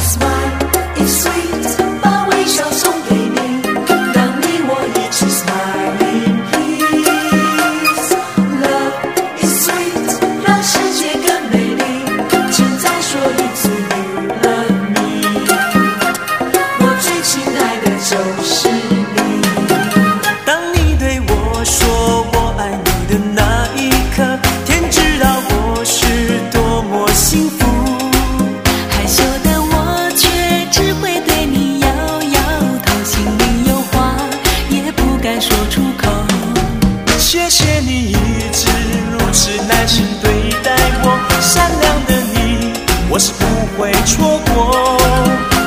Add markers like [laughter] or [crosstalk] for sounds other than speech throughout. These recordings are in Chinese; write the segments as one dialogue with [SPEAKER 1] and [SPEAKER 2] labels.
[SPEAKER 1] Smile is sweet，把微笑送给你，让你我一起 smiling peace。Love is sweet，让世界更美丽，请再说一次 you love me。我最亲爱的就是你。当你对我说我爱你的那一刻，天知道我是多么幸福。害羞的我却只会对你摇摇头，心里有话也不敢说出口。谢谢你一直如此耐心对待我，善良的你，我是不会错过。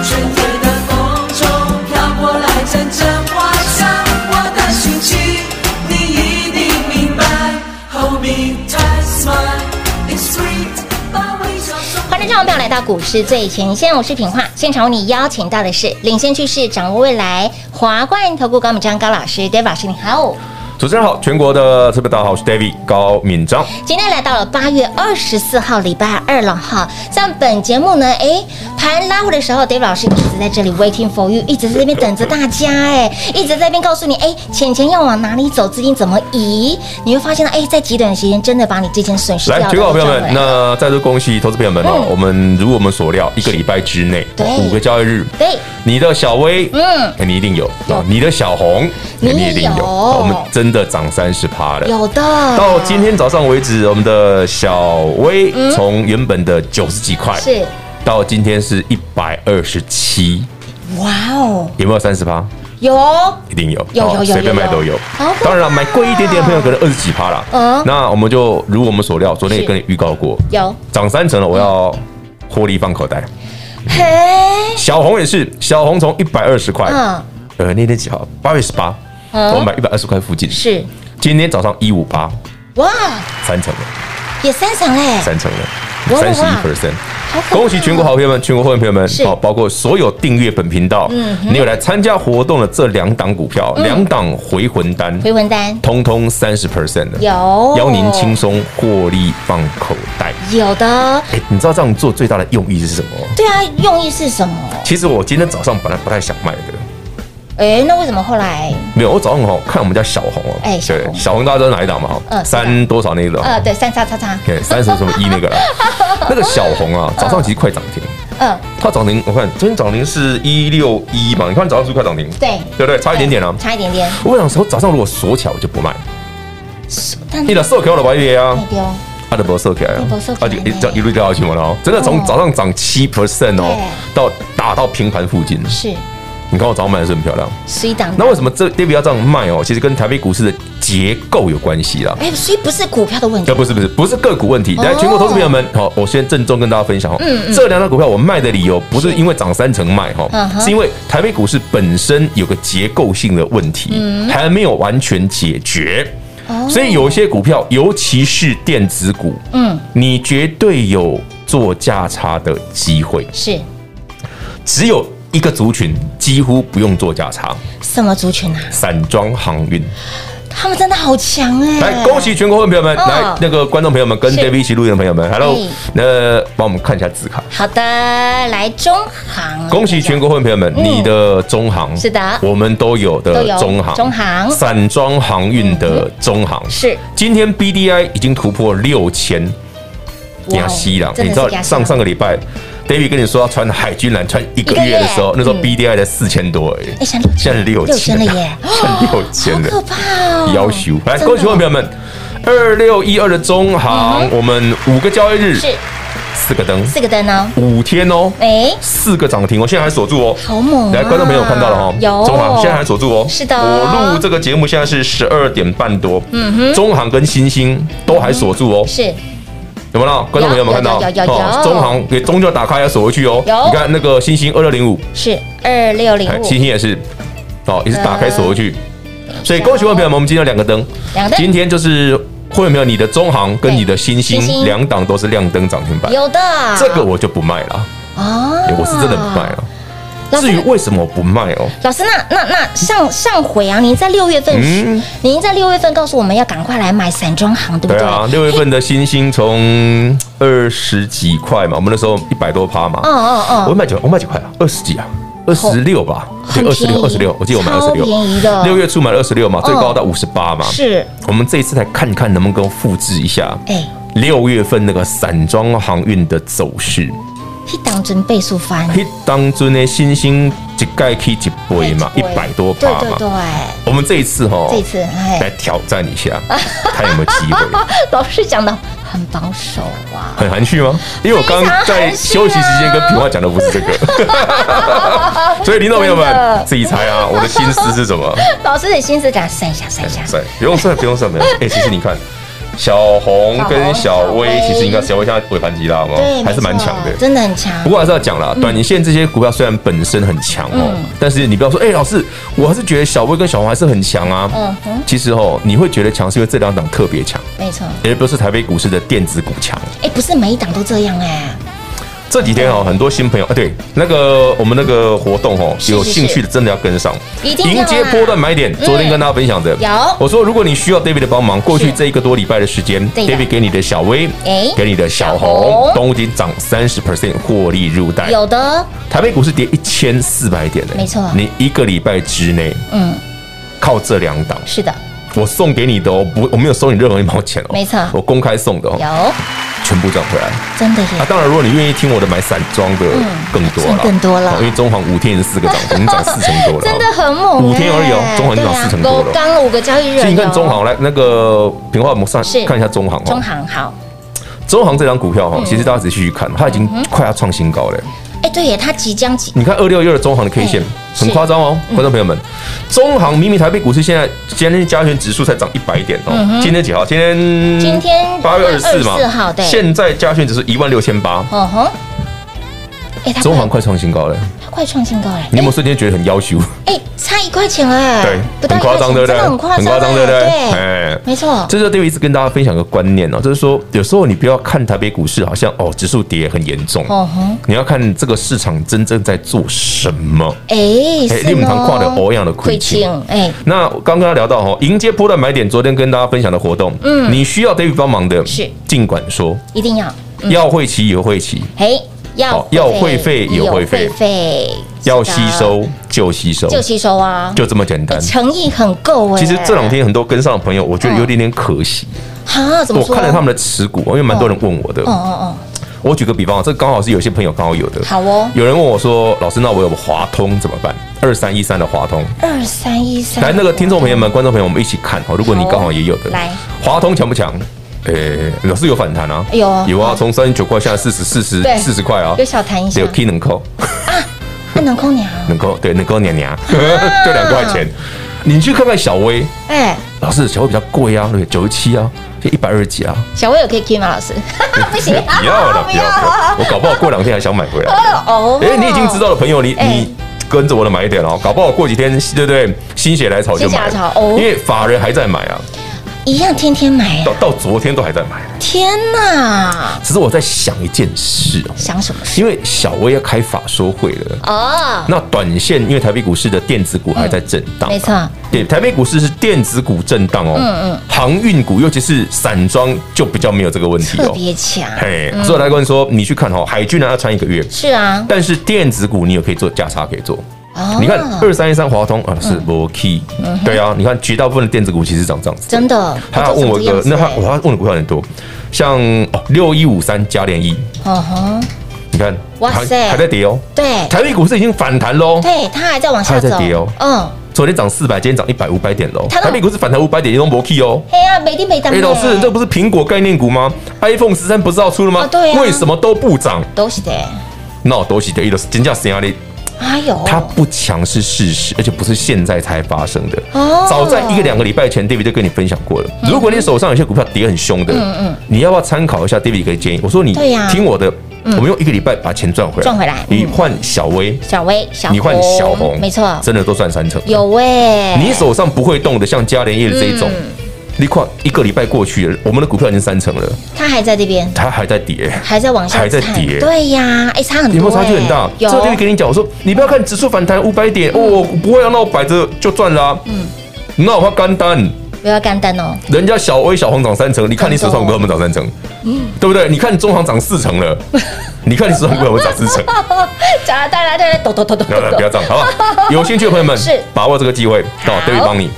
[SPEAKER 1] 春天的风中飘过来阵阵花香，我的心情你一定明白。Hold me tight, smile, it's sweet，把微笑送。
[SPEAKER 2] 欢迎各位朋友来到股市最前线，我是品化。现场为你邀请到的是领先趋势、掌握未来华冠投顾高敏章高老师，David 老师，你好。
[SPEAKER 3] 主持人好，全国的这边大家好，我是 David 高敏章。
[SPEAKER 2] 今天来到了八月二十四号，礼拜二了哈。像本节目呢，哎，盘拉回的时候，David 老师一直在这里 waiting for you，一直在那边等着大家，哎，一直在那边告诉你，哎，钱钱要往哪里走，资金怎么移，你会发现，哎，在极短的时间真的把你这件损失掉
[SPEAKER 3] 来，
[SPEAKER 2] 的
[SPEAKER 3] 全国好朋友
[SPEAKER 2] 赚回
[SPEAKER 3] 们，
[SPEAKER 2] 来
[SPEAKER 3] 那再次恭喜投资朋友们哦！
[SPEAKER 2] 嗯
[SPEAKER 3] 我们如我们所料，一个礼拜之内，
[SPEAKER 2] 对
[SPEAKER 3] 哦五个交易日，
[SPEAKER 2] 对，
[SPEAKER 3] 你的小薇，
[SPEAKER 2] 嗯
[SPEAKER 3] 哎，你一定有
[SPEAKER 2] 有
[SPEAKER 3] 哦你的小红，
[SPEAKER 2] 你
[SPEAKER 3] 哎
[SPEAKER 2] 也有
[SPEAKER 3] 哦我们真的涨三十趴了。
[SPEAKER 2] 有的
[SPEAKER 3] 到今天早上为止，我们的小薇从原本的九十几块，
[SPEAKER 2] 嗯是
[SPEAKER 3] 到今天是一百二十七，
[SPEAKER 2] 哇哦，
[SPEAKER 3] 有没有三十趴？
[SPEAKER 2] 有哦
[SPEAKER 3] 一定有，
[SPEAKER 2] 有
[SPEAKER 3] 哦
[SPEAKER 2] 有有
[SPEAKER 3] 随便
[SPEAKER 2] 有
[SPEAKER 3] 卖都有
[SPEAKER 2] 好可怕。
[SPEAKER 3] 当然了，买贵一点点的朋友可能二十几趴啦。
[SPEAKER 2] 嗯
[SPEAKER 3] 那我们就如我们所料，昨天也
[SPEAKER 2] 是嗯
[SPEAKER 3] 跟你预告过，
[SPEAKER 2] 有，
[SPEAKER 3] 涨三成了，我要获利放口袋。
[SPEAKER 2] 嘿，
[SPEAKER 3] 小红也是，小红从一百二十块，
[SPEAKER 2] 嗯
[SPEAKER 3] 呃，那天几号？八月十八，
[SPEAKER 2] 嗯
[SPEAKER 3] 我买一百二十块附近。
[SPEAKER 2] 是
[SPEAKER 3] 今天早上一五八，
[SPEAKER 2] 哇，
[SPEAKER 3] 三成了，
[SPEAKER 2] 也三场嘞，
[SPEAKER 3] 三成了，
[SPEAKER 2] 哎哇
[SPEAKER 3] 三十一 percent。
[SPEAKER 2] 好可怕
[SPEAKER 3] 恭喜全国好朋友们，全国会员朋友们
[SPEAKER 2] 是，嗯
[SPEAKER 3] 好，包括所有订阅本频道，你有来参加活动的这两档股票，两档回魂单，
[SPEAKER 2] 回文单
[SPEAKER 3] 通通三十 percent 的，
[SPEAKER 2] 有
[SPEAKER 3] 邀您轻松获利放口袋。
[SPEAKER 2] 有的，
[SPEAKER 3] 哎，你知道这样做最大的用意是什么？
[SPEAKER 2] 对啊，用意是什么？
[SPEAKER 3] 其实我今天早上本来不太想卖的，
[SPEAKER 2] 哎，那为什么后来
[SPEAKER 3] 没有，我早上哈看我们家小红哦，
[SPEAKER 2] 哎小红
[SPEAKER 3] 对小红大家知道哪一档嘛？哈
[SPEAKER 2] 嗯，
[SPEAKER 3] 三多少那一档？
[SPEAKER 2] 呃，对，三叉叉叉，
[SPEAKER 3] 对，三十什么一那
[SPEAKER 2] [laughs]
[SPEAKER 3] 个啦，那个小红啊，早上其实快涨停，
[SPEAKER 2] 嗯，
[SPEAKER 3] 它涨停，我看今天涨停是一六一嘛，你看早上是不是快涨停？
[SPEAKER 2] 对，
[SPEAKER 3] 对不对？差一点点啊。
[SPEAKER 2] 差一点点，
[SPEAKER 3] 我想说早上如果锁起来我就不卖，
[SPEAKER 2] 但哎
[SPEAKER 3] 你的色给我的白月啊，
[SPEAKER 2] 那丢
[SPEAKER 3] 它的不射起来啊
[SPEAKER 2] 它就没射起，来
[SPEAKER 3] 它就一这样一路掉下去嘛，然后真的从
[SPEAKER 2] 哦
[SPEAKER 3] 早上涨七 percent 哦，到打到平盘附近。
[SPEAKER 2] 是
[SPEAKER 3] 你看我早上买的是很漂亮，
[SPEAKER 2] 十一档，
[SPEAKER 3] 那为什么这 David 要这样卖哦？其实跟台北股市的结构有关系啦。
[SPEAKER 2] 哎，所以不是股票的问题
[SPEAKER 3] 呃这，不是不是不是个股问题，来
[SPEAKER 2] 哦
[SPEAKER 3] 全国投资朋友们，好，我先郑重跟大家分享哦，这两档股票我卖的理由不是因为涨三成卖哈
[SPEAKER 2] 嗯，哼
[SPEAKER 3] 是因为台北股市本身有个结构性的问题，还没有完全解决。
[SPEAKER 2] 嗯哦
[SPEAKER 3] 所以有一些股票，尤其是电子股，
[SPEAKER 2] 嗯，
[SPEAKER 3] 你绝对有做价差的机会。
[SPEAKER 2] 是
[SPEAKER 3] 只有一个族群几乎不用做价差，
[SPEAKER 2] 什么族群啊？
[SPEAKER 3] 散装航运。
[SPEAKER 2] 他们真的好强哎，
[SPEAKER 3] 来，恭喜全国会员朋友们，
[SPEAKER 2] 哦
[SPEAKER 3] 来那个观众朋友们跟
[SPEAKER 2] 是
[SPEAKER 3] David 一起录影的朋友们，Hello，
[SPEAKER 2] 嗯
[SPEAKER 3] 那帮我们看一下字卡。
[SPEAKER 2] 好的，来中行，
[SPEAKER 3] 恭喜全国会员朋友们，你的中航
[SPEAKER 2] 嗯是的
[SPEAKER 3] 我们都有
[SPEAKER 2] 都
[SPEAKER 3] 的
[SPEAKER 2] 有
[SPEAKER 3] 中航，
[SPEAKER 2] 中航嗯
[SPEAKER 3] 散装航运的中航
[SPEAKER 2] 是
[SPEAKER 3] 今天 B D I 已经突破六千，
[SPEAKER 2] 哇
[SPEAKER 3] 亚
[SPEAKER 2] 哦
[SPEAKER 3] 西了。
[SPEAKER 2] 真
[SPEAKER 3] 你
[SPEAKER 2] 的
[SPEAKER 3] 知
[SPEAKER 2] 是
[SPEAKER 3] 道
[SPEAKER 2] 亚西
[SPEAKER 3] 上上个礼拜 David 跟你说要穿海军蓝穿一个
[SPEAKER 2] 一个月
[SPEAKER 3] 月的时候，那时候
[SPEAKER 2] 嗯
[SPEAKER 3] B D I 才四千多而已
[SPEAKER 2] 哎，现在六
[SPEAKER 3] 现在六
[SPEAKER 2] 六千
[SPEAKER 3] 千
[SPEAKER 2] 了耶，
[SPEAKER 3] [laughs] 现在六千
[SPEAKER 2] 好
[SPEAKER 3] 了，
[SPEAKER 2] 可怕哦，
[SPEAKER 3] 要求。来，
[SPEAKER 2] 真的
[SPEAKER 3] 各位观众朋友们，二六一二的中
[SPEAKER 2] 嗯
[SPEAKER 3] 行，我们五个交易日，
[SPEAKER 2] 是
[SPEAKER 3] 四个灯，
[SPEAKER 2] 四个灯呢，
[SPEAKER 3] 五天哦，
[SPEAKER 2] 哎，
[SPEAKER 3] 四个涨停哦，现在还锁住哦。
[SPEAKER 2] 好猛啊！
[SPEAKER 3] 来，观众朋友看到了哈，
[SPEAKER 2] 有
[SPEAKER 3] 中行现在还锁住哦。
[SPEAKER 2] 是的
[SPEAKER 3] 我录这个节目现在是十二点半多，嗯哼，中行跟新兴都还锁住哦，
[SPEAKER 2] 是
[SPEAKER 3] 有没有看到？观众朋友们看到？
[SPEAKER 2] 嗯
[SPEAKER 3] 哦
[SPEAKER 2] 有有有有有
[SPEAKER 3] 中行给中教打开要锁回去哦。
[SPEAKER 2] 有
[SPEAKER 3] 你看那个新兴二六零五，
[SPEAKER 2] 是二六零
[SPEAKER 3] 哎，
[SPEAKER 2] 五
[SPEAKER 3] 星星也是，哦，也是打开锁回去。所以
[SPEAKER 2] 下哦
[SPEAKER 3] 恭喜各位朋友们，我们今天有两个灯
[SPEAKER 2] 两个，灯
[SPEAKER 3] 今天就是会有没有你的中航跟
[SPEAKER 2] 对
[SPEAKER 3] 你的新
[SPEAKER 2] 新兴
[SPEAKER 3] 兴两档都是亮灯涨停板？
[SPEAKER 2] 有的，
[SPEAKER 3] 这个我就不卖了，
[SPEAKER 2] 哦
[SPEAKER 3] 我是真的不卖。了。
[SPEAKER 2] 老
[SPEAKER 3] 至于
[SPEAKER 2] 师，
[SPEAKER 3] 为什么我不卖哦，
[SPEAKER 2] 老师，那那那上上回啊，您在六月份，
[SPEAKER 3] 嗯
[SPEAKER 2] 您在六月份告诉我们要赶快来买散装行，对不
[SPEAKER 3] 对
[SPEAKER 2] 对？
[SPEAKER 3] 啊，六月份的星星从二十几块嘛，我们那时候一百多趴嘛，
[SPEAKER 2] 嗯嗯嗯，哦
[SPEAKER 3] 我买几块，我买几块啊？二十几啊？二十六吧？
[SPEAKER 2] 很
[SPEAKER 3] 对，二十
[SPEAKER 2] 便宜
[SPEAKER 3] 六，二十六，我记得我买二
[SPEAKER 2] 超
[SPEAKER 3] 十六，
[SPEAKER 2] 便宜的
[SPEAKER 3] 六月初买二十六嘛，最高
[SPEAKER 2] 嗯
[SPEAKER 3] 到五十八嘛。
[SPEAKER 2] 是，
[SPEAKER 3] 我们这一次来看看能不能够复制一下
[SPEAKER 2] 哎，
[SPEAKER 3] 六月份那个散装航运的走势。
[SPEAKER 2] 一当真倍速翻，
[SPEAKER 3] 嘿，当中呢，星星一盖起一倍嘛，一百多
[SPEAKER 2] 对
[SPEAKER 3] 趴
[SPEAKER 2] 哎对
[SPEAKER 3] 嘛。
[SPEAKER 2] 对，
[SPEAKER 3] 我们这一次哈，
[SPEAKER 2] 这一次哎
[SPEAKER 3] 来，挑战一
[SPEAKER 2] [laughs]
[SPEAKER 3] 下，看有没有机会。
[SPEAKER 2] 老师讲的很保守啊。 [laughs]
[SPEAKER 3] 很含蓄吗？因为我刚刚在休息时间跟平花讲的不是这个，
[SPEAKER 2] [laughs]
[SPEAKER 3] 所以听众朋友
[SPEAKER 2] 真的
[SPEAKER 3] 们自己猜啊，我的心思是
[SPEAKER 2] [laughs]
[SPEAKER 3] 什么？
[SPEAKER 2] 老师的心思给他算一下，算一下，
[SPEAKER 3] 算，不用算，不用算，不用算。哎，其实你看，小红跟小
[SPEAKER 2] 小红小
[SPEAKER 3] 薇
[SPEAKER 2] 薇，
[SPEAKER 3] 其实你看小薇现在尾盘急拉嘛
[SPEAKER 2] 对，，
[SPEAKER 3] 哦还是
[SPEAKER 2] 没
[SPEAKER 3] 蛮
[SPEAKER 2] 错
[SPEAKER 3] 强的。
[SPEAKER 2] 真的很强。
[SPEAKER 3] 不过还是要讲
[SPEAKER 2] 嗯
[SPEAKER 3] 啦，短线这些股票虽然本身很强哦，但是你不要说，哎、老师，我还是觉得小薇跟小红还是很强啊。
[SPEAKER 2] 嗯哼
[SPEAKER 3] 其实哦，你会觉得强是因为这两档特别强，
[SPEAKER 2] 没错，
[SPEAKER 3] 也不是台北股市的电子股强。
[SPEAKER 2] 哎，不是每一档都这样哎，
[SPEAKER 3] 这几天哦，很多新朋友啊，对那个我们那个活动哦，
[SPEAKER 2] 是
[SPEAKER 3] 有
[SPEAKER 2] 是
[SPEAKER 3] 兴趣的真的要跟上，
[SPEAKER 2] 一定要
[SPEAKER 3] 迎
[SPEAKER 2] 啊
[SPEAKER 3] 接波段买点。昨天跟大家分享的，
[SPEAKER 2] 有
[SPEAKER 3] 我说如果你需要 David 的帮忙，过去
[SPEAKER 2] 是
[SPEAKER 3] 这一个多礼拜的时间
[SPEAKER 2] 对的
[SPEAKER 3] ，David 给你的小薇
[SPEAKER 2] 哎，
[SPEAKER 3] 给你的小
[SPEAKER 2] 小
[SPEAKER 3] 红
[SPEAKER 2] 红，
[SPEAKER 3] 都已经涨三十 percent 获利入袋。
[SPEAKER 2] 有的，
[SPEAKER 3] 台北股市跌一千四百点呢，
[SPEAKER 2] 没错
[SPEAKER 3] 你一个礼拜之内
[SPEAKER 2] 嗯，
[SPEAKER 3] 靠这两档，
[SPEAKER 2] 是的，
[SPEAKER 3] 我送给你的哦，不，我没有收你任何一毛钱哦，
[SPEAKER 2] 没错
[SPEAKER 3] 我公开送的哦，
[SPEAKER 2] 有，
[SPEAKER 3] 全部赚回来。
[SPEAKER 2] 真的
[SPEAKER 3] 啊，
[SPEAKER 2] 耶，
[SPEAKER 3] 当然，如果你愿意听我的买散装的更多了，
[SPEAKER 2] 赚嗯更多了
[SPEAKER 3] 因为中航五天也是四个涨，我们涨四成多
[SPEAKER 2] [laughs]
[SPEAKER 3] 了，
[SPEAKER 2] 真的很猛哎，
[SPEAKER 3] 五天而已哦中行已经涨
[SPEAKER 2] 对啊
[SPEAKER 3] 四成多了
[SPEAKER 2] 我刚了五个交易日，
[SPEAKER 3] 所以你看中航来那个平花，我们上
[SPEAKER 2] 是
[SPEAKER 3] 看一下中航
[SPEAKER 2] 中嗯
[SPEAKER 3] 哈，
[SPEAKER 2] 行好，
[SPEAKER 3] 中航这张股票哈，其实大家仔细去看，它已经
[SPEAKER 2] 嗯
[SPEAKER 3] 快要创新高了。
[SPEAKER 2] 哎，对耶，它即将即
[SPEAKER 3] 你看二六六的中航的 K 线
[SPEAKER 2] 嗯是嗯
[SPEAKER 3] 很夸张哦，观众朋友们，中航明明台北股市现在今天加权指数才涨一百点哦，今天几号？今天
[SPEAKER 2] 嗯今天
[SPEAKER 3] 八月二十四嘛
[SPEAKER 2] 24号，对
[SPEAKER 3] 现在加权指数一万六千八，
[SPEAKER 2] 哦吼，哎，它
[SPEAKER 3] 中航
[SPEAKER 2] 快
[SPEAKER 3] 快创新高了，
[SPEAKER 2] 它快创新高哎，
[SPEAKER 3] 你有没有瞬间觉得很要求？
[SPEAKER 2] 哎，差一块钱哎，
[SPEAKER 3] 对，
[SPEAKER 2] 不到
[SPEAKER 3] 很
[SPEAKER 2] 一块
[SPEAKER 3] 夸张，
[SPEAKER 2] 钱，
[SPEAKER 3] 对不
[SPEAKER 2] 真
[SPEAKER 3] 对？
[SPEAKER 2] 的很夸张，啊
[SPEAKER 3] 对不对？
[SPEAKER 2] 对，
[SPEAKER 3] 哎，
[SPEAKER 2] 没错，
[SPEAKER 3] 这就是 David 一直跟大家分享一个观念哦，就是说有时候你不要看台北股市好像哦指数跌很严重，
[SPEAKER 2] 哦吼，
[SPEAKER 3] 你要看这个市场真正在做什么。
[SPEAKER 2] 哎，是
[SPEAKER 3] 你们堂
[SPEAKER 2] 哦
[SPEAKER 3] 跨的欧样的亏
[SPEAKER 2] 亏
[SPEAKER 3] 欠。
[SPEAKER 2] 清，哎，
[SPEAKER 3] 那刚刚聊到哦，迎接波段买点，昨天跟大家分享的活动，嗯，你需要 David 帮忙的，
[SPEAKER 2] 是嗯
[SPEAKER 3] 尽管说，
[SPEAKER 2] 一定要，
[SPEAKER 3] 要会期有会期，
[SPEAKER 2] 哎，要
[SPEAKER 3] 好要会费有会费
[SPEAKER 2] 费
[SPEAKER 3] 要
[SPEAKER 2] 是的
[SPEAKER 3] 吸收就吸收，
[SPEAKER 2] 就吸收啊，
[SPEAKER 3] 就这么简单。
[SPEAKER 2] 诚意很够哎。
[SPEAKER 3] 其实这两天很多跟上的朋友，我觉得有点点可惜。
[SPEAKER 2] 哈，哦怎么
[SPEAKER 3] 我
[SPEAKER 2] 说？
[SPEAKER 3] 看了他们的持股，因为蛮多人问我的。
[SPEAKER 2] 哦哦
[SPEAKER 3] 我举个比方，这刚好是有些朋友刚好有的。
[SPEAKER 2] 好哦
[SPEAKER 3] 有人问我说：“老师，那我有华通怎么办？二三一三的华通。
[SPEAKER 2] 哦，二三一”三，
[SPEAKER 3] 来，那个听众朋友们、观众朋友们，我们一起看哦。如果你刚好也有的，
[SPEAKER 2] 来
[SPEAKER 3] 华通强不强？诶，老师有反弹啊，
[SPEAKER 2] 有啊
[SPEAKER 3] 有啊，从三十九块下四十四十
[SPEAKER 2] 对
[SPEAKER 3] 四十块啊，
[SPEAKER 2] 有小谈一下
[SPEAKER 3] 有，K 能扣
[SPEAKER 2] 不能空调，
[SPEAKER 3] 能扣对能扣娘
[SPEAKER 2] [laughs]
[SPEAKER 3] 娘，啊就两块钱。你去看看小薇，
[SPEAKER 2] 哎，
[SPEAKER 3] 老师小薇比较贵啊，对，九十七啊，就一百二十几啊，
[SPEAKER 2] 小薇有 K K 吗？老
[SPEAKER 3] [laughs]
[SPEAKER 2] 师，啊不行，
[SPEAKER 3] 不要了，不要了，我搞不好过两天还想买回来。
[SPEAKER 2] [laughs] 哦，
[SPEAKER 3] 哎、你已经知道的朋友，你
[SPEAKER 2] 哎
[SPEAKER 3] 你跟着我的买点哦，搞不好过几天，对不对？心血来潮就买
[SPEAKER 2] 心血来潮哦
[SPEAKER 3] 因为法人还在买啊，
[SPEAKER 2] 一样天天买，啊
[SPEAKER 3] 到到昨天都还在买。
[SPEAKER 2] 天哪，
[SPEAKER 3] 只是我在想一件事哦，
[SPEAKER 2] 想什么事？
[SPEAKER 3] 因为小薇要开法说会了。
[SPEAKER 2] 哦，
[SPEAKER 3] 那短线，因为台北股市的电子股还在震荡、啊
[SPEAKER 2] 没错，嗯
[SPEAKER 3] 对，台北股市是电子股震荡哦，嗯嗯，航运股尤其是散装就比较没有这个问题
[SPEAKER 2] 特
[SPEAKER 3] 哦，
[SPEAKER 2] 别嗯强，
[SPEAKER 3] 嘿，所以来跟说，你去看哦，海军呢要穿一个月，
[SPEAKER 2] 是啊，
[SPEAKER 3] 但是电子股你有可以做价差，可以做，
[SPEAKER 2] 哦嗯
[SPEAKER 3] 你看二三一三华通啊是 m key，对啊，你看绝大部分的电子股其实长这样子。
[SPEAKER 2] 真的，
[SPEAKER 3] 他要问我一个，那他我
[SPEAKER 2] 我，
[SPEAKER 3] 要问的股票很多，像哦六一五三加联一，
[SPEAKER 2] 哦吼，
[SPEAKER 3] 你看，
[SPEAKER 2] 哇
[SPEAKER 3] 还
[SPEAKER 2] 塞
[SPEAKER 3] 还在跌哦，
[SPEAKER 2] 对，
[SPEAKER 3] 台北股市已经反弹喽，
[SPEAKER 2] 对，它还在往下
[SPEAKER 3] 它还在
[SPEAKER 2] 走
[SPEAKER 3] 跌哦，
[SPEAKER 2] 嗯，
[SPEAKER 3] 昨天涨四百，今天涨一百五百点喽，
[SPEAKER 2] 它那
[SPEAKER 3] 台北股市反弹五百点，都 m key 哦。
[SPEAKER 2] 嘿啊呀，每天每当，
[SPEAKER 3] 哎，老师，这不是苹果概念股吗？iPhone 十三不是要出了吗
[SPEAKER 2] 哦？对啊
[SPEAKER 3] 为什么都不涨？
[SPEAKER 2] 都是的，
[SPEAKER 3] 那我都是的，一的金价谁压力？
[SPEAKER 2] 哎呦，
[SPEAKER 3] 它不强是事实，而且不是现在才发生的。
[SPEAKER 2] 哦嗯
[SPEAKER 3] 早在一个两个礼拜前，David 就跟你分享过了。如果你手上有些股票跌很凶的，你要不要参考一下 David 一个建议？我说你
[SPEAKER 2] 对呀嗯
[SPEAKER 3] 听我的，我们用一个礼拜把钱赚回来，
[SPEAKER 2] 赚回来嗯
[SPEAKER 3] 你换小微，
[SPEAKER 2] 小薇，小
[SPEAKER 3] 你换小红，
[SPEAKER 2] 没错，
[SPEAKER 3] 真的都赚三成。
[SPEAKER 2] 有哎、嗯
[SPEAKER 3] 你手上不会动的，像嘉联叶这一种，你看一个礼拜过去了，我们的股票已经三成了，
[SPEAKER 2] 它还在这边，
[SPEAKER 3] 它还在跌。
[SPEAKER 2] 还在往下
[SPEAKER 3] 还在
[SPEAKER 2] 看
[SPEAKER 3] 跌
[SPEAKER 2] 对呀，哎，差很多，
[SPEAKER 3] 有没有差距很大
[SPEAKER 2] 哎？
[SPEAKER 3] 这
[SPEAKER 2] 有嗯
[SPEAKER 3] 个就是跟你讲，我说你不要看指数反弹五百点，哦，不会啊，那我摆着就赚啦、嗯，那我怕干单，
[SPEAKER 2] 不要干单哦， [laughs]
[SPEAKER 3] 人家小微小黄涨三成，你看你手上有没有他们涨三成？对不对？你看中行涨四
[SPEAKER 2] [laughs]
[SPEAKER 3] 成了，你看你手上有没有涨四成？
[SPEAKER 2] 讲了大家在抖抖抖抖
[SPEAKER 3] 不要
[SPEAKER 2] 抖
[SPEAKER 3] 不要
[SPEAKER 2] 抖。
[SPEAKER 3] 这样，好不好？有兴趣的朋友们
[SPEAKER 2] 是，
[SPEAKER 3] 把握这个机会，好
[SPEAKER 2] 好
[SPEAKER 3] ，David 帮你。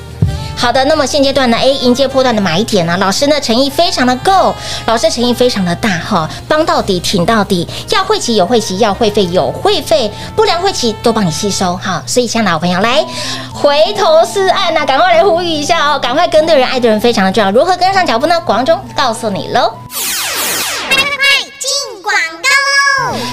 [SPEAKER 2] 好的，那么现阶段呢，哎，迎接波段的买点啊呢，老师呢诚意非常的够，老师诚意非常的大哈，帮到底，挺到底，要会齐有会齐，要会费有会费，不良会齐都帮你吸收哈。所以，亲爱的老朋友，来回头是岸呐、啊赶快来呼吁一下哦，赶快跟对人，爱对人非常的重要。如何跟上脚步呢？广中告诉你喽。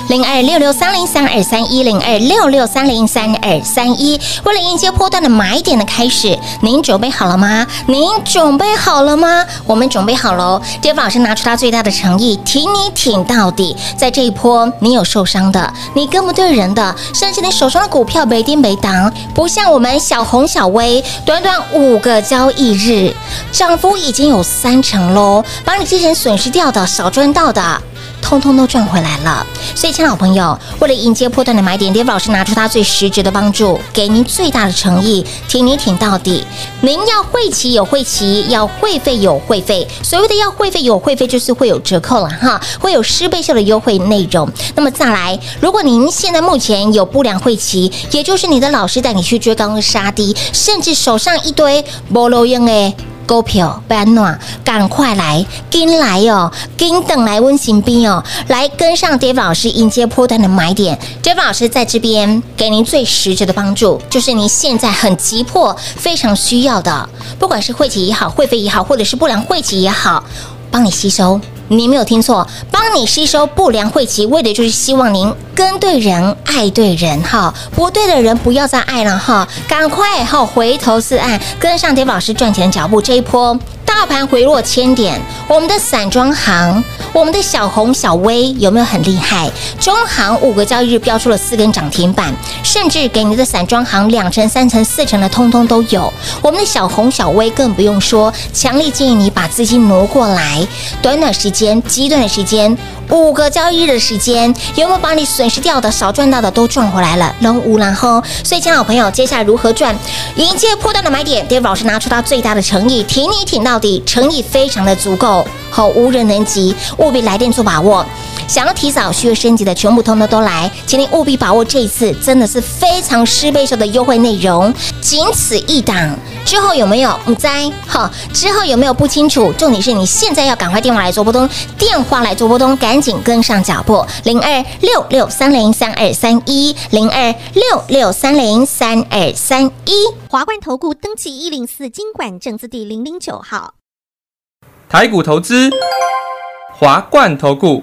[SPEAKER 2] 零二六六三零三二三一零二六六三零三二三一。为了迎接波段的买点的开始，您准备好了吗？您准备好了吗？我们准备好喽。d a 老师拿出他最大的诚意，挺你挺到底。在这一波，你有受伤的，你跟不对人的，甚至你手上的股票没跌没挡，不像我们小红小薇，短短五个交易日，涨幅已经有三成喽，把你之前损失掉的、少赚到的。通通都赚回来了。所以，亲爱的朋友，为了迎接破断的买点，Dave 老师拿出他最实质的帮助，给您最大的诚意，挺你挺到底。您要会齐有会齐，要会费有会费。所谓的要会费有会费，就是会有折扣了哈，会有十倍秀的优惠内容。那么再来，如果您现在目前有不良会期，也就是你的老师带你去追高跟杀低，甚至手上一堆不漏用诶。股票班暖，赶快来，跟来哦，跟等来温行兵哦，来跟上 Dave 老师迎接波段的买点。Dave 老师在这边给您最实质的帮助，就是您现在很急迫、非常需要的，不管是汇集也好，会费也好，或者是不良汇集也好，帮你吸收。你没有听错，帮你吸收不良晦气，为的就是希望您跟对人、爱对人哈，不对的人不要再爱了哈，赶快哈回头是岸，跟上 d a 老师赚钱的脚步。这一波大盘回落千点，我们的散装行、我们的小红、小微有没有很厉害？中行五个交易日标出了四根涨停板，甚至给你的散装行两成、三成、四成的通通都有。我们的小红、小微更不用说，强烈建议你把资金挪过来，短短时间、极短的时间，五个交易日的时间，有没有把你损失掉的、少赚到的都赚回来了？扔无然后，所以，亲爱的朋友，接下来如何赚？迎接破断的买点，Dave 老师拿出他最大的诚意，挺你挺到底，诚意非常的足够，好，无人能及，务必来电做把握。想要提早续约升级的，全部通通都来，请您务必把握这一次，真的是非常十倍秀的优惠内容，仅此一档。之后有没有唔知哈？之后有没有不清楚？重点是你现在要赶快电话来做波动，电话来做波动，赶紧跟上脚步。零二六六三零三二三一，零二六六三零三二三一。
[SPEAKER 4] 华冠投顾登记一零四经管证字第零零九号。
[SPEAKER 5] 台股投资，华冠投顾。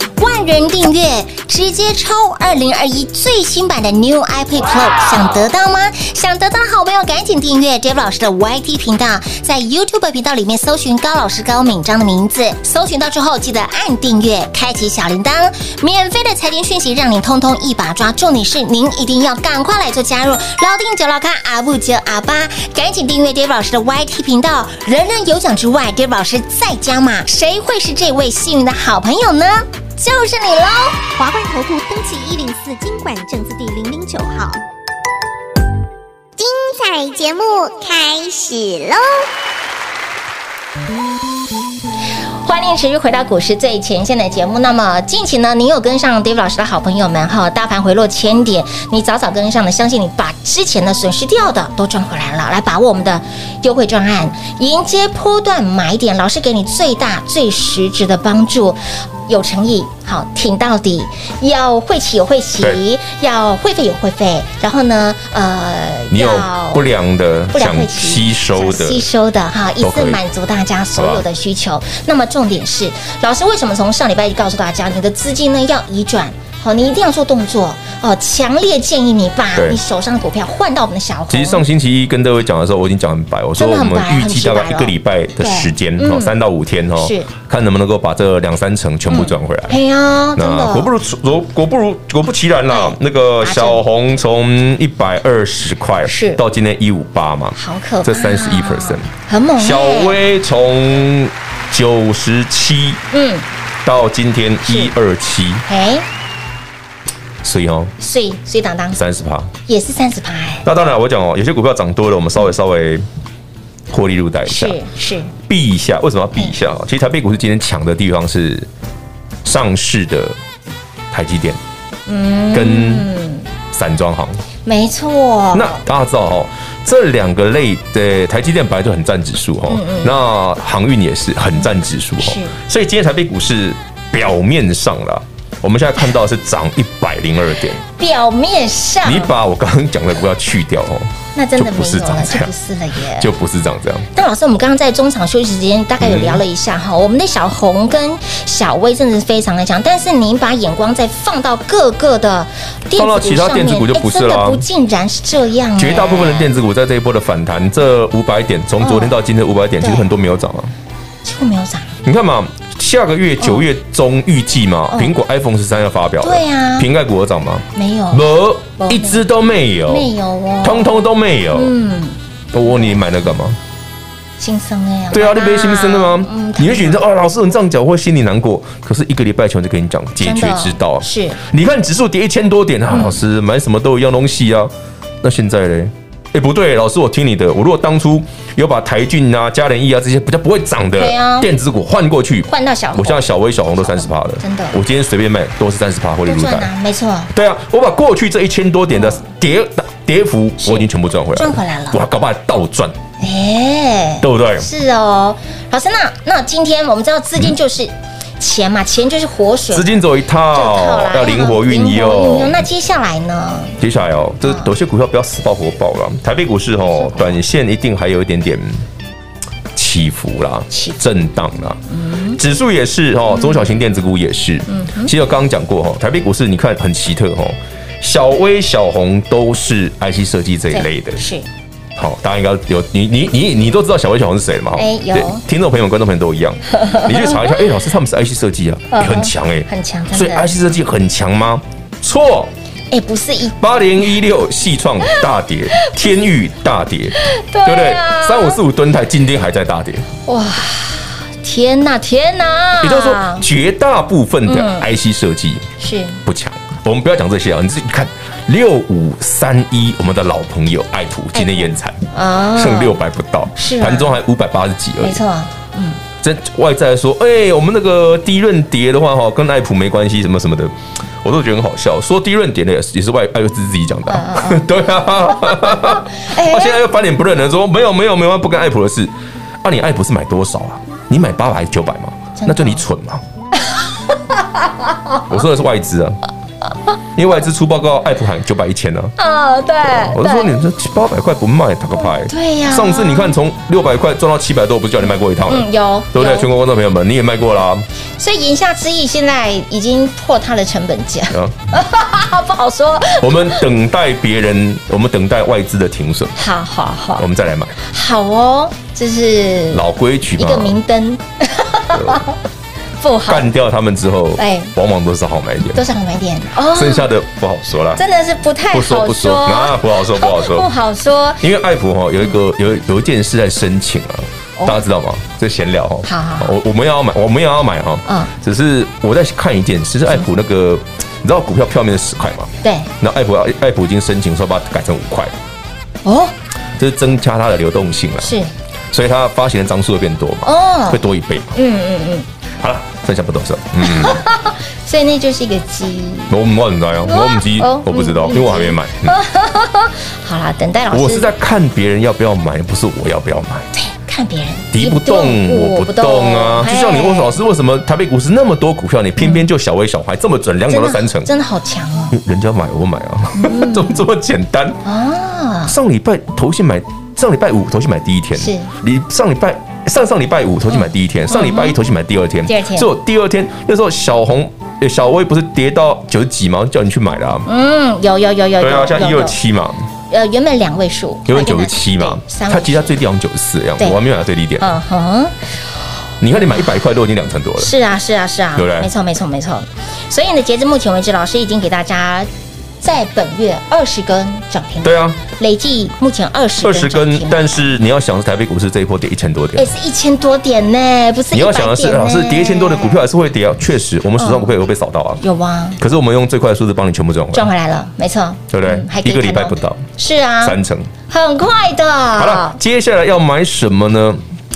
[SPEAKER 2] 万人订阅，直接抽二零二一最新版的 New iPad Pro，想得到吗？想得到的好朋友赶紧订阅 Dave 老师的 YT 频道，在 YouTube 频道里面搜寻高老师高敏章的名字，搜寻到之后记得按订阅，开启小铃铛，免费的财经讯息让你通通一把抓。重点是您一定要赶快来做加入，老定九老咖阿布九阿八，赶紧订阅 Dave 老师的 YT 频道，人人有奖之外，Dave 老师再加码，谁会是这位幸运的好朋友呢？就是你喽！
[SPEAKER 4] 华冠投顾登记一零四经管证字第零零九号。精彩节目开始喽！
[SPEAKER 2] 欢迎持续回到股市最前线的节目。那么近期呢，你有跟上 Dave 老师的好朋友们哈，大盘回落千点，你早早跟上了，相信你把之前的损失掉的都赚回来了。来把握我们的优惠专案，迎接波段买点，老师给你最大最实质的帮助。有诚意，好挺到底，要会起有会起
[SPEAKER 3] 对，
[SPEAKER 2] 要会费有会费，然后呢，呃，
[SPEAKER 3] 你有
[SPEAKER 2] 要
[SPEAKER 3] 不良的
[SPEAKER 2] 不良
[SPEAKER 3] 想
[SPEAKER 2] 会
[SPEAKER 3] 吸收的
[SPEAKER 2] 吸收的哈，一
[SPEAKER 3] 都
[SPEAKER 2] 次
[SPEAKER 3] 可以
[SPEAKER 2] 满足大家所有的需求。那么重点是，老师为什么从上礼拜就告诉大家，你的资金呢要移转？好，你一定要做动作哦！强烈建议你把
[SPEAKER 3] 对
[SPEAKER 2] 你手上的股票换到我们的小红。
[SPEAKER 3] 其实上星期一跟各位讲的时候，我已经讲很白，我说
[SPEAKER 2] 真的
[SPEAKER 3] 我
[SPEAKER 2] 很白
[SPEAKER 3] 们预计大概一个礼拜的时间
[SPEAKER 2] 对
[SPEAKER 3] 哦，
[SPEAKER 2] 嗯
[SPEAKER 3] 三到五天哦
[SPEAKER 2] 是，
[SPEAKER 3] 看能不能够把这两三成全部转回来。
[SPEAKER 2] 哎呀，真
[SPEAKER 3] 那
[SPEAKER 2] 的，
[SPEAKER 3] 呃果不如果果不如果不其然啦
[SPEAKER 2] 哎，
[SPEAKER 3] 那个
[SPEAKER 2] 正
[SPEAKER 3] 小红从一百二十块
[SPEAKER 2] 是
[SPEAKER 3] 到今天一五八嘛，
[SPEAKER 2] 好可怕，
[SPEAKER 3] 这31%
[SPEAKER 2] 很猛、欸。
[SPEAKER 3] 小，薇从九十七
[SPEAKER 2] 嗯，
[SPEAKER 3] 到今天一二七，
[SPEAKER 2] 哎，
[SPEAKER 3] 所以哦
[SPEAKER 2] 碎碎当当
[SPEAKER 3] 三十趴。
[SPEAKER 2] 也是三十趴，哎，
[SPEAKER 3] 那当然我讲哦，有些股票涨多了，我们稍微稍微获利入袋一下，
[SPEAKER 2] 是嗯是，
[SPEAKER 3] 避一下。为什么要避一下？其实台北股市今天强的地方是上市的台积电，嗯，跟散装行。
[SPEAKER 2] 没错。
[SPEAKER 3] 那大家知道哦，这两个类的台积电本来就很占指数哦，那航运也是很占指数
[SPEAKER 2] 嗯是
[SPEAKER 3] 哦，所以今天台北股市表面上啦。我们现在看到的是涨一百零二点，
[SPEAKER 2] 表面上
[SPEAKER 3] 你把我刚刚讲的股票去掉哦，
[SPEAKER 2] 那真的
[SPEAKER 3] 就
[SPEAKER 2] 没
[SPEAKER 3] 不是
[SPEAKER 2] 有了，
[SPEAKER 3] 长这
[SPEAKER 2] 就
[SPEAKER 3] 样
[SPEAKER 2] 不是了耶。
[SPEAKER 3] 就不是长这样。
[SPEAKER 2] 但老师，我们刚刚在中场休息时间大概
[SPEAKER 3] 嗯
[SPEAKER 2] 有聊了一下哈，我们的小红跟小薇真的是非常的强，但是您把眼光再放到各个的电
[SPEAKER 3] 放
[SPEAKER 2] 子股
[SPEAKER 3] 到其他
[SPEAKER 2] 上
[SPEAKER 3] 电子
[SPEAKER 2] 面
[SPEAKER 3] 股就
[SPEAKER 2] 哎
[SPEAKER 3] 不是
[SPEAKER 2] 真
[SPEAKER 3] 了
[SPEAKER 2] 的
[SPEAKER 3] 啊
[SPEAKER 2] 不尽然是这样、
[SPEAKER 3] 绝大部分的电
[SPEAKER 2] 子
[SPEAKER 3] 子股在这一波的反弹，这五百点从昨天到今天五百点，
[SPEAKER 2] 嗯对
[SPEAKER 3] 其实很多没有涨啊。
[SPEAKER 2] 几哎乎没有涨，
[SPEAKER 3] 你看嘛，下个月九月中预计嘛，
[SPEAKER 2] 嗯
[SPEAKER 3] 苹果 iPhone 十三要发表了，
[SPEAKER 2] 对啊嗯
[SPEAKER 3] 瓶盖股有涨吗？
[SPEAKER 2] 没有，
[SPEAKER 3] 没，一只都没有，
[SPEAKER 2] 没有哦，
[SPEAKER 3] 通通都没有。
[SPEAKER 2] 嗯，
[SPEAKER 3] 我问你，你买那干嘛？
[SPEAKER 2] 新生哎，
[SPEAKER 3] 对啊，
[SPEAKER 2] 哇
[SPEAKER 3] 你没心生的吗
[SPEAKER 2] 嗯，？
[SPEAKER 3] 你也许你说哦，老师你这样讲我会心里难过，可是一个礼拜前我就跟你讲解
[SPEAKER 2] 真的
[SPEAKER 3] 决之道啊。
[SPEAKER 2] 是
[SPEAKER 3] 你看指数跌一千多点
[SPEAKER 2] 嗯
[SPEAKER 3] 啊，老师买什么都一样东西啊。那现在嘞？哎，不对，老师，我听你的。我如果当初有把台骏啊、嘉联益啊这些比较不会涨的
[SPEAKER 2] 对啊
[SPEAKER 3] 电子股换过去，
[SPEAKER 2] 换到小红
[SPEAKER 3] 我像小微、小红都三十趴了，
[SPEAKER 2] 真的
[SPEAKER 3] 我今天随便卖都是三十趴获利
[SPEAKER 2] 都
[SPEAKER 3] 入
[SPEAKER 2] 赚
[SPEAKER 3] 袋。
[SPEAKER 2] 啊，没错，
[SPEAKER 3] 对啊，我把过去这一千多点的跌跌幅，我已经全部赚回来了，
[SPEAKER 2] 赚回来了
[SPEAKER 3] 我还搞不好还倒赚，
[SPEAKER 2] 哎、
[SPEAKER 3] 对不对？
[SPEAKER 2] 是哦，老师，那那今天我们知道资金就是钱嘛，钱就是活水，
[SPEAKER 3] 嗯资金走一
[SPEAKER 2] 这套
[SPEAKER 3] 套
[SPEAKER 2] 啦，
[SPEAKER 3] 哦要灵活运哦
[SPEAKER 2] 灵活
[SPEAKER 3] 用。
[SPEAKER 2] 嗯那接下来呢？
[SPEAKER 3] 接下来哦，
[SPEAKER 2] 嗯
[SPEAKER 3] 这有些股票不要死抱活抱了。台北股市哦，短线一定还有一点点起伏啦
[SPEAKER 2] 起伏、嗯
[SPEAKER 3] 震荡啦。指数也是哦，中小型电子股也是。其实我刚刚讲过哦，台北股市你看很奇特哦，小微、小红都是 IC 设计这一类的
[SPEAKER 2] 对。是
[SPEAKER 3] 好，大家应该有你你你你都知道小微小红是谁了嘛？哈
[SPEAKER 2] 哎有
[SPEAKER 3] 对听众朋友、观众朋友都
[SPEAKER 2] [laughs]
[SPEAKER 3] 一样，你去查一下。哎，老师他们是 IC 设计啊，哎很强哎，
[SPEAKER 2] 嗯很强，
[SPEAKER 3] 所
[SPEAKER 2] 真
[SPEAKER 3] 以
[SPEAKER 2] 的。
[SPEAKER 3] IC 设计很强吗？错，
[SPEAKER 2] 哎，不是一
[SPEAKER 3] 八零一六系创大 [laughs] 跌，天域大跌，对啊不对？三五四五吨泰今天还在大跌，
[SPEAKER 2] 天呐，天呐！
[SPEAKER 3] 也就是说，绝大部分的 IC 设计
[SPEAKER 2] 是
[SPEAKER 3] 不强。我们不要讲这些啊，你自己看六五三一，我们的老朋友爱普嗯今天延产，
[SPEAKER 2] 啊，
[SPEAKER 3] 剩六百不到
[SPEAKER 2] 是，啊
[SPEAKER 3] 盘中还五百八十几而
[SPEAKER 2] 没
[SPEAKER 3] 已。
[SPEAKER 2] 错，
[SPEAKER 3] 这外在说，哎、我们那个低润跌的话，哈，跟爱普没关系，什么什么的，我都觉得很好笑。说低润跌的也是也是外爱普自己讲的啊、 [laughs] 对啊。
[SPEAKER 2] 嗯 [laughs] 哎
[SPEAKER 3] 他现在又翻脸不认人，说没有没有没有，不跟爱普的事。啊，你爱普是买多少啊？你买八百九百吗？
[SPEAKER 2] 真的
[SPEAKER 3] 那就你蠢
[SPEAKER 2] [laughs]
[SPEAKER 3] 嘛。我说的是外资啊，因为外资出报告，爱普喊九百一千呢。啊
[SPEAKER 2] 哦，对，
[SPEAKER 3] 我就说你这七八百块不卖，打个牌。
[SPEAKER 2] 对呀
[SPEAKER 3] 上次你看从六百块赚到七百多，我不是叫你卖过一趟了？
[SPEAKER 2] 嗯，有，
[SPEAKER 3] 对不对？
[SPEAKER 2] 有
[SPEAKER 3] 全国观众朋友们，你也卖过啊啦、
[SPEAKER 2] 所以言下之意，现在已经破它的成本
[SPEAKER 3] [laughs]
[SPEAKER 2] 价，
[SPEAKER 3] 啊！
[SPEAKER 2] 不好说。
[SPEAKER 3] 我们等待别人， [laughs] 我们等待外资的停损，
[SPEAKER 2] 好好好
[SPEAKER 3] 我们再来买。
[SPEAKER 2] 好哦，这是
[SPEAKER 3] 哦老规矩
[SPEAKER 2] 一
[SPEAKER 3] 嘛，
[SPEAKER 2] 个明灯， [laughs] 不好，
[SPEAKER 3] 干掉他们之后，
[SPEAKER 2] 哎
[SPEAKER 3] 往往都是好买点，
[SPEAKER 2] 多少买点哦，
[SPEAKER 3] 剩下的不好说啦，
[SPEAKER 2] 真的是不太
[SPEAKER 3] 不
[SPEAKER 2] 好
[SPEAKER 3] 说不说啊，不好说不好
[SPEAKER 2] [laughs] 不
[SPEAKER 3] 说。
[SPEAKER 2] 好说。
[SPEAKER 3] 因为爱普哈有一个有有一件事在申请啊，大家知道吗？这闲聊哈。
[SPEAKER 2] 哦好好好
[SPEAKER 3] 我我们也要买，我们也要买哈。
[SPEAKER 2] 嗯
[SPEAKER 3] 只是我在看一件事，是爱普那个，你知道股票票面是十块嘛？
[SPEAKER 2] 对，
[SPEAKER 3] 那爱普爱普已经申请说把它改成五块，
[SPEAKER 2] 哦，
[SPEAKER 3] 这是增加它的流动性了。
[SPEAKER 2] 是，
[SPEAKER 3] 所以它发行的张数会变多嘛，
[SPEAKER 2] 哦
[SPEAKER 3] 会多一倍嘛。
[SPEAKER 2] 嗯嗯嗯，
[SPEAKER 3] 好了，剩下不多少。嗯，
[SPEAKER 2] 所以那就是一个鸡。
[SPEAKER 3] 我我不知道哦，我母鸡
[SPEAKER 2] 哦
[SPEAKER 3] 我不知道，
[SPEAKER 2] 嗯
[SPEAKER 3] 因为我还没买。嗯
[SPEAKER 2] [laughs] 好啦，等待老师。
[SPEAKER 3] 我是在看别人要不要买，不是我要不要买。
[SPEAKER 2] 看别人
[SPEAKER 3] 敌不动我不动
[SPEAKER 2] 哦
[SPEAKER 3] 啊！就像你问老
[SPEAKER 2] 师，
[SPEAKER 3] 师，为什么台北股市那么多股票，你偏偏就小微小孩这么准，两
[SPEAKER 2] 嗯真
[SPEAKER 3] 成
[SPEAKER 2] 的
[SPEAKER 3] 到三成？
[SPEAKER 2] 哎真的好强哦
[SPEAKER 3] 因为人家买我买啊，怎 [laughs] 么这么简单？
[SPEAKER 2] 嗯啊！
[SPEAKER 3] 上礼拜投信买，上礼拜五投信买第一天，
[SPEAKER 2] 是嗯
[SPEAKER 3] 你上礼拜上上礼拜五投信买第一天，上礼拜一投信买第二天，
[SPEAKER 2] 第二天
[SPEAKER 3] 所以我第二天那时候小红呃小微不是跌到九十几吗？叫你去买的啊，
[SPEAKER 2] 嗯，有有有有有，
[SPEAKER 3] 对啊，像
[SPEAKER 2] 有
[SPEAKER 3] 一二，七嘛，
[SPEAKER 2] 有呃，原本两位数，
[SPEAKER 3] 原本九十七嘛
[SPEAKER 2] 对，三
[SPEAKER 3] 它
[SPEAKER 2] 位
[SPEAKER 3] 其实它最低好像九十四的样子，
[SPEAKER 2] 对
[SPEAKER 3] 我还没有买到最低点。
[SPEAKER 2] 嗯哼，
[SPEAKER 3] 你看你买一百块都已经两成多了，
[SPEAKER 2] 是啊是啊是啊，
[SPEAKER 3] 对不对
[SPEAKER 2] 没错没错没错。所以呢，截至目前为止，老师已经给大家在本月二十根涨停，
[SPEAKER 3] 对，啊，
[SPEAKER 2] 累计目前二十
[SPEAKER 3] 二十根，但是你要想是台北股市这一波跌一千多
[SPEAKER 2] 哎
[SPEAKER 3] 点。
[SPEAKER 2] 是一千多点呢，不是
[SPEAKER 3] 你要想的啊是，
[SPEAKER 2] 100点呢嗯
[SPEAKER 3] 老师跌一千多的股票还是会跌啊，确实，我们手上股票也会被扫到啊。
[SPEAKER 2] 有啊，
[SPEAKER 3] 可是我们用最快的速度帮你全部赚回
[SPEAKER 2] 赚
[SPEAKER 3] 来，
[SPEAKER 2] 回来了，没错，
[SPEAKER 3] 对不对
[SPEAKER 2] 嗯还？可以
[SPEAKER 3] 一个礼拜
[SPEAKER 2] 看
[SPEAKER 3] 不到，
[SPEAKER 2] 是啊，
[SPEAKER 3] 三成。
[SPEAKER 2] 很快的。
[SPEAKER 3] 好
[SPEAKER 2] 好
[SPEAKER 3] 了，，接下来要买什么呢？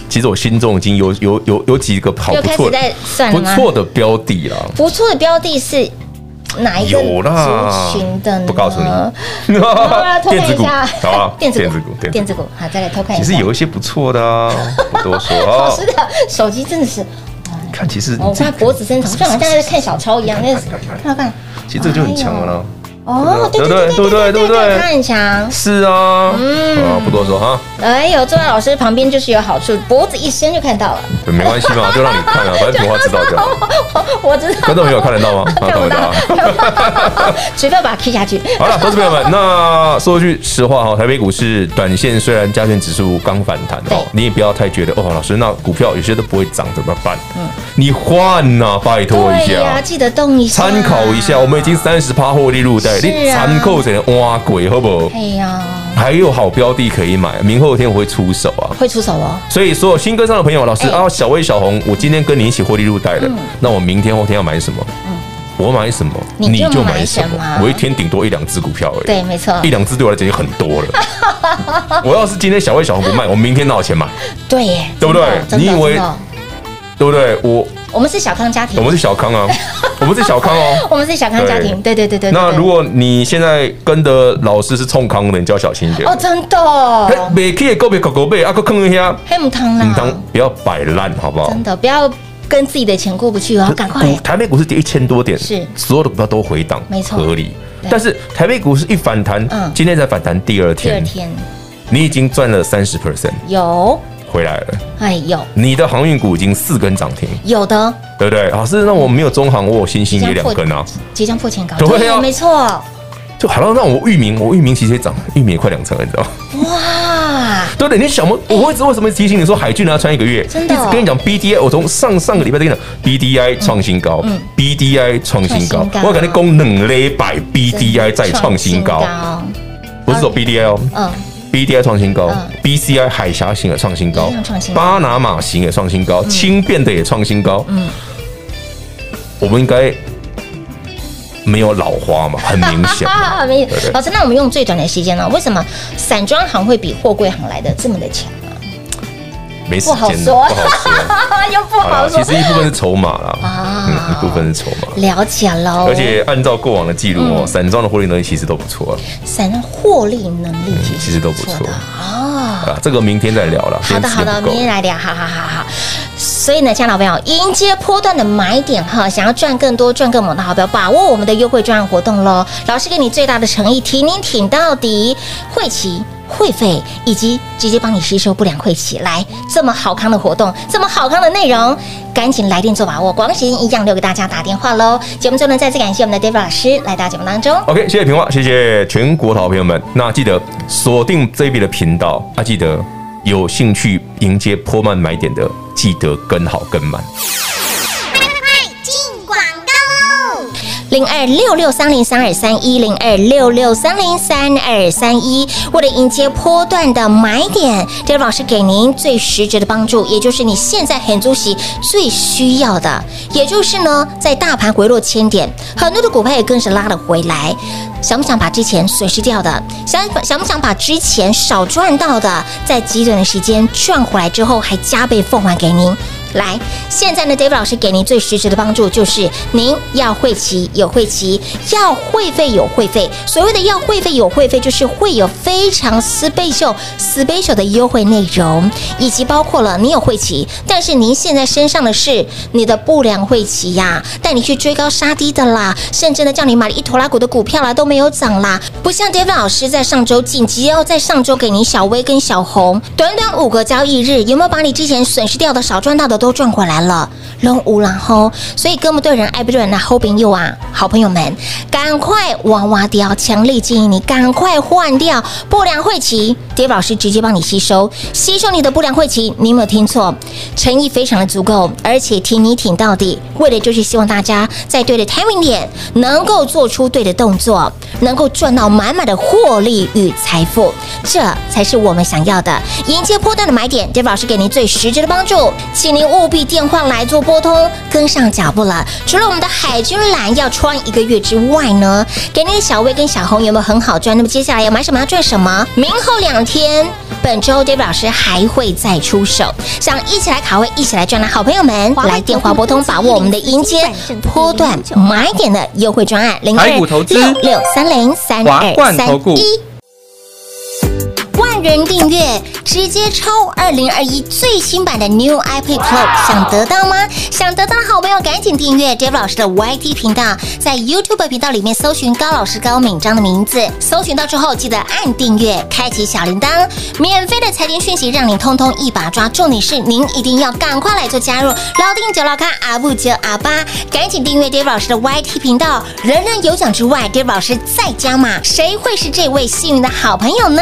[SPEAKER 3] 其实我心中已经有有有有几个好
[SPEAKER 2] 又
[SPEAKER 3] 不
[SPEAKER 2] 开
[SPEAKER 3] 错
[SPEAKER 2] 始
[SPEAKER 3] 的
[SPEAKER 2] 在算了
[SPEAKER 3] 不
[SPEAKER 2] 吗？
[SPEAKER 3] 错的标的啦。
[SPEAKER 2] 不错的标的是哪一个
[SPEAKER 3] 有啦
[SPEAKER 2] 族群的呢？
[SPEAKER 3] 不告诉你
[SPEAKER 2] [laughs] 好
[SPEAKER 3] [laughs]
[SPEAKER 2] 啦偷看一下，
[SPEAKER 3] 好啊
[SPEAKER 2] [laughs] 电子
[SPEAKER 3] 电
[SPEAKER 2] 股
[SPEAKER 3] 子股，，电
[SPEAKER 2] 电
[SPEAKER 3] 子
[SPEAKER 2] 子
[SPEAKER 3] 股，
[SPEAKER 2] 股，好，再来偷看一
[SPEAKER 3] 其
[SPEAKER 2] 下。
[SPEAKER 3] 实有一些不错的
[SPEAKER 2] [laughs]
[SPEAKER 3] 啊，不多说
[SPEAKER 2] 老
[SPEAKER 3] 啊
[SPEAKER 2] 师。的手机真的是，哦
[SPEAKER 3] 看，其实你
[SPEAKER 2] 我
[SPEAKER 3] 这
[SPEAKER 2] 看脖子伸长，就好像在看小抄一样，那是看看。
[SPEAKER 3] 其实这个就很强了啦。
[SPEAKER 2] 哦，对
[SPEAKER 3] 对
[SPEAKER 2] 对对
[SPEAKER 3] 对
[SPEAKER 2] 对对对
[SPEAKER 3] 对对
[SPEAKER 2] 对，
[SPEAKER 3] 对
[SPEAKER 2] 他很强。
[SPEAKER 3] 是啊，
[SPEAKER 2] 嗯
[SPEAKER 3] 啊，不多说哈，
[SPEAKER 2] 哎呦，坐在老师旁边就是有好处，脖子一伸就看到了。
[SPEAKER 3] 没关系
[SPEAKER 2] [laughs]
[SPEAKER 3] 嘛，就让你看啊，反正平花知道就好。
[SPEAKER 2] 我知道
[SPEAKER 3] 观，众朋友看得到
[SPEAKER 2] [laughs]
[SPEAKER 3] 吗？啊看不到啊。
[SPEAKER 2] 随便把它 K 下
[SPEAKER 3] [laughs]
[SPEAKER 2] 去。
[SPEAKER 3] 好了，投资朋友们，那说句实话哈，台北股市短线虽然加权指数刚反弹
[SPEAKER 2] 对
[SPEAKER 3] 哦，你也不要太觉得哦，老师那股票有些都不会涨怎么办？你换呐、拜托一
[SPEAKER 2] 嗯对呀，
[SPEAKER 3] 下。
[SPEAKER 2] 记得动一下，
[SPEAKER 3] 参考一下，我们已经三十趴获利入袋，
[SPEAKER 2] 是啊
[SPEAKER 3] 你参考怎样挖鬼好不好？
[SPEAKER 2] 哎呀，
[SPEAKER 3] 还有好标的可以买，明后天我会出手啊。
[SPEAKER 2] 会出手哦。
[SPEAKER 3] 所以所有新跟上的朋友，老师
[SPEAKER 2] 哎嗯
[SPEAKER 3] 啊，小薇、小红，我今天跟你一起获利入袋了，那我明天后天要买什么？我买什么，
[SPEAKER 2] 你就买什么
[SPEAKER 3] 我一天顶多一两只股票而已。
[SPEAKER 2] 对，没错
[SPEAKER 3] 一，两只对我来讲已经很多了。 [laughs] 我要是今天小魏小红不卖，我明天哪有钱买？
[SPEAKER 2] 对耶，
[SPEAKER 3] 对不对
[SPEAKER 2] 真的
[SPEAKER 3] 你以为
[SPEAKER 2] 真的
[SPEAKER 3] 对不对？我
[SPEAKER 2] 我们是小康家庭？
[SPEAKER 3] 我们是小
[SPEAKER 2] [laughs]
[SPEAKER 3] 康啊，我们是小康哦。
[SPEAKER 2] 我们是小康家庭，对对对对。对
[SPEAKER 3] 那
[SPEAKER 2] 对
[SPEAKER 3] 如果你现在跟的老师是冲康的，你就要小心一点
[SPEAKER 2] 哦，。真的
[SPEAKER 3] 嘿
[SPEAKER 2] 哦，
[SPEAKER 3] 未去的个别狗狗背啊，个坑一下，
[SPEAKER 2] 黑木汤
[SPEAKER 3] 你
[SPEAKER 2] 啦，
[SPEAKER 3] 当不要摆烂好不好
[SPEAKER 2] 真？的不要跟自己的钱过不去哦，赶快
[SPEAKER 3] 股台北股市跌一千多点，
[SPEAKER 2] 是
[SPEAKER 3] 所有的股票都回档，
[SPEAKER 2] 没错
[SPEAKER 3] 合理
[SPEAKER 2] 对。
[SPEAKER 3] 但是台北股市一反弹
[SPEAKER 2] 嗯，
[SPEAKER 3] 今天才反弹第二
[SPEAKER 2] 第二
[SPEAKER 3] 天，
[SPEAKER 2] 天
[SPEAKER 3] 你已经赚了三十 percent
[SPEAKER 2] 有，
[SPEAKER 3] 回来了，
[SPEAKER 2] 哎有
[SPEAKER 3] 你的航运股已经四根涨停。
[SPEAKER 2] 有的
[SPEAKER 3] 对不对？啊老师，那我没有中行，我有星星也两根啊，
[SPEAKER 2] 即嗯将破前高，
[SPEAKER 3] 对啊
[SPEAKER 2] 没错，
[SPEAKER 3] 就好像让我域名，我域名其实也涨，域名也快两成了，你知道吗？
[SPEAKER 2] 嗯哇，
[SPEAKER 3] 对的，你想我，我一直为什么提醒你说海俊啊要穿一个月？
[SPEAKER 2] 哎真的哦
[SPEAKER 3] 一直跟你讲 BDI，我从上上个礼拜都跟你讲 BDI 创新高，BDI 创新
[SPEAKER 2] 嗯创
[SPEAKER 3] 高
[SPEAKER 2] 新高，
[SPEAKER 3] 我感觉攻冷勒百 BDI E 再创新高，不是走 BDI 哦
[SPEAKER 2] 嗯，
[SPEAKER 3] ，BDI 创新高
[SPEAKER 2] 嗯
[SPEAKER 3] ，BCI 海峡型也创新高
[SPEAKER 2] 一样创新，高嗯
[SPEAKER 3] 巴拿马型也创新高，轻便的也创新高，我们应该没有老花嘛，很明显嘛。
[SPEAKER 2] 啊， [laughs] 没有
[SPEAKER 3] 对对
[SPEAKER 2] 老师，那我们用最短的时间呢？哦为什么散装行会比货柜行来的这么的强啊？
[SPEAKER 3] 没时间
[SPEAKER 2] 不
[SPEAKER 3] 了，
[SPEAKER 2] 好说
[SPEAKER 3] 不
[SPEAKER 2] [laughs]
[SPEAKER 3] 好说。
[SPEAKER 2] 啊，又不
[SPEAKER 3] 好啦
[SPEAKER 2] 好
[SPEAKER 3] 其
[SPEAKER 2] 说
[SPEAKER 3] 实一部分是筹码啦，
[SPEAKER 2] 啊
[SPEAKER 3] 嗯，一部分是筹码。
[SPEAKER 2] 了解嗯喽，
[SPEAKER 3] 而且按照过往的记录哦，散装的获利能力其实都不错
[SPEAKER 2] 散装获利能力
[SPEAKER 3] 嗯其实都不
[SPEAKER 2] 是
[SPEAKER 3] 错
[SPEAKER 2] 的哦。
[SPEAKER 3] 啊。这个明天再聊了，
[SPEAKER 2] 好的，
[SPEAKER 3] 今
[SPEAKER 2] 好
[SPEAKER 3] 天时
[SPEAKER 2] 的，
[SPEAKER 3] 间不够
[SPEAKER 2] 明天来聊，好好好好。所以呢，亲爱的朋友，迎接波段的买点哈，想要赚更多、赚更猛的好标，把握我们的优惠专案活动喽！老师给你最大的诚意，挺你挺到底，会期。会费以及直接帮你吸收不良会期，来这么好康的活动，这么好康的内容，赶紧来电做把握。广告时间一样留给大家打电话喽。节目最后呢，再次感谢我们的 David 老师来到节目当中。
[SPEAKER 3] OK，谢谢平话，谢谢全国的好朋友们。那记得锁定这一笔的频道啊，记得有兴趣迎接波曼买点的，记得跟好跟满。
[SPEAKER 2] 零二六六三零三二三一零二六六三零三二三一。为了迎接波段的买点，David 老师给您最实质的帮助，也就是你现在很主席最需要的，也就是呢，在大盘回落千点，很多的股票也跟着拉了回来。想不想把之前损失掉的，想想不想把之前少赚到的，在极短的时间赚回来之后，还加倍奉还给您？来，现在呢，David 老师给您最实质的帮助就是，您要会骑有会骑，要会费有会费。所谓的要会费有会费，就是会有非常 special special 的优惠内容，以及包括了你有会骑，但是您现在身上的是你的不良会骑呀、带你去追高杀低的啦，甚至呢叫你买了一头拉股的股票啦都没有涨啦，不像 David 老师在上周紧急要在上周给您小微跟小红，短短五个交易日，有没有把你之前损失掉的少赚到的都赚回来了？龙无然后，所以哥们对人爱不对人啊，后边又啊，好朋友们，赶快哇哇掉，强力建议你赶快换掉不良晦气，David 老师直接帮你吸收，吸收你的不良晦气，你有没有听错？诚意非常的足够，而且挺你挺到底，为的就是希望大家在对的 timing 点能够做出对的动作，能够赚到满满的获利与财富，这才是我们想要的。迎接波段的买点，David 老师给您最实质的帮助，请您务必电话来做拨通，跟上脚步了。除了我们的海军蓝要穿一个月之外呢，给您的小薇跟小红有没有很好赚？那么接下来要买什么要赚什么？明后两天，本周 David 老师还会再出手，想一起来卡位、一起来赚的好朋友们，来电话拨通，把握我们的迎接波段买点的优惠专案零二
[SPEAKER 5] 台股投资
[SPEAKER 2] 六六三零三
[SPEAKER 5] 华
[SPEAKER 2] 二
[SPEAKER 5] 冠
[SPEAKER 2] 三
[SPEAKER 5] 投顾
[SPEAKER 2] 一。万人订阅，直接抽二零二一最新版的 New iPad Pro，想得到吗？想得到的好朋友赶紧订阅 Dave 老师的 YT 频道，在 YouTube 频道里面搜寻高老师高敏章的名字，搜寻到之后记得按订阅，开启小铃铛，免费的财经讯息让你通通一把抓。重点是您一定要赶快来做加入，老定九老咖阿布九阿巴，赶紧订阅 Dave 老师的 YT 频道，人人有奖之外，Dave 老师再加码，谁会是这位幸运的好朋友呢？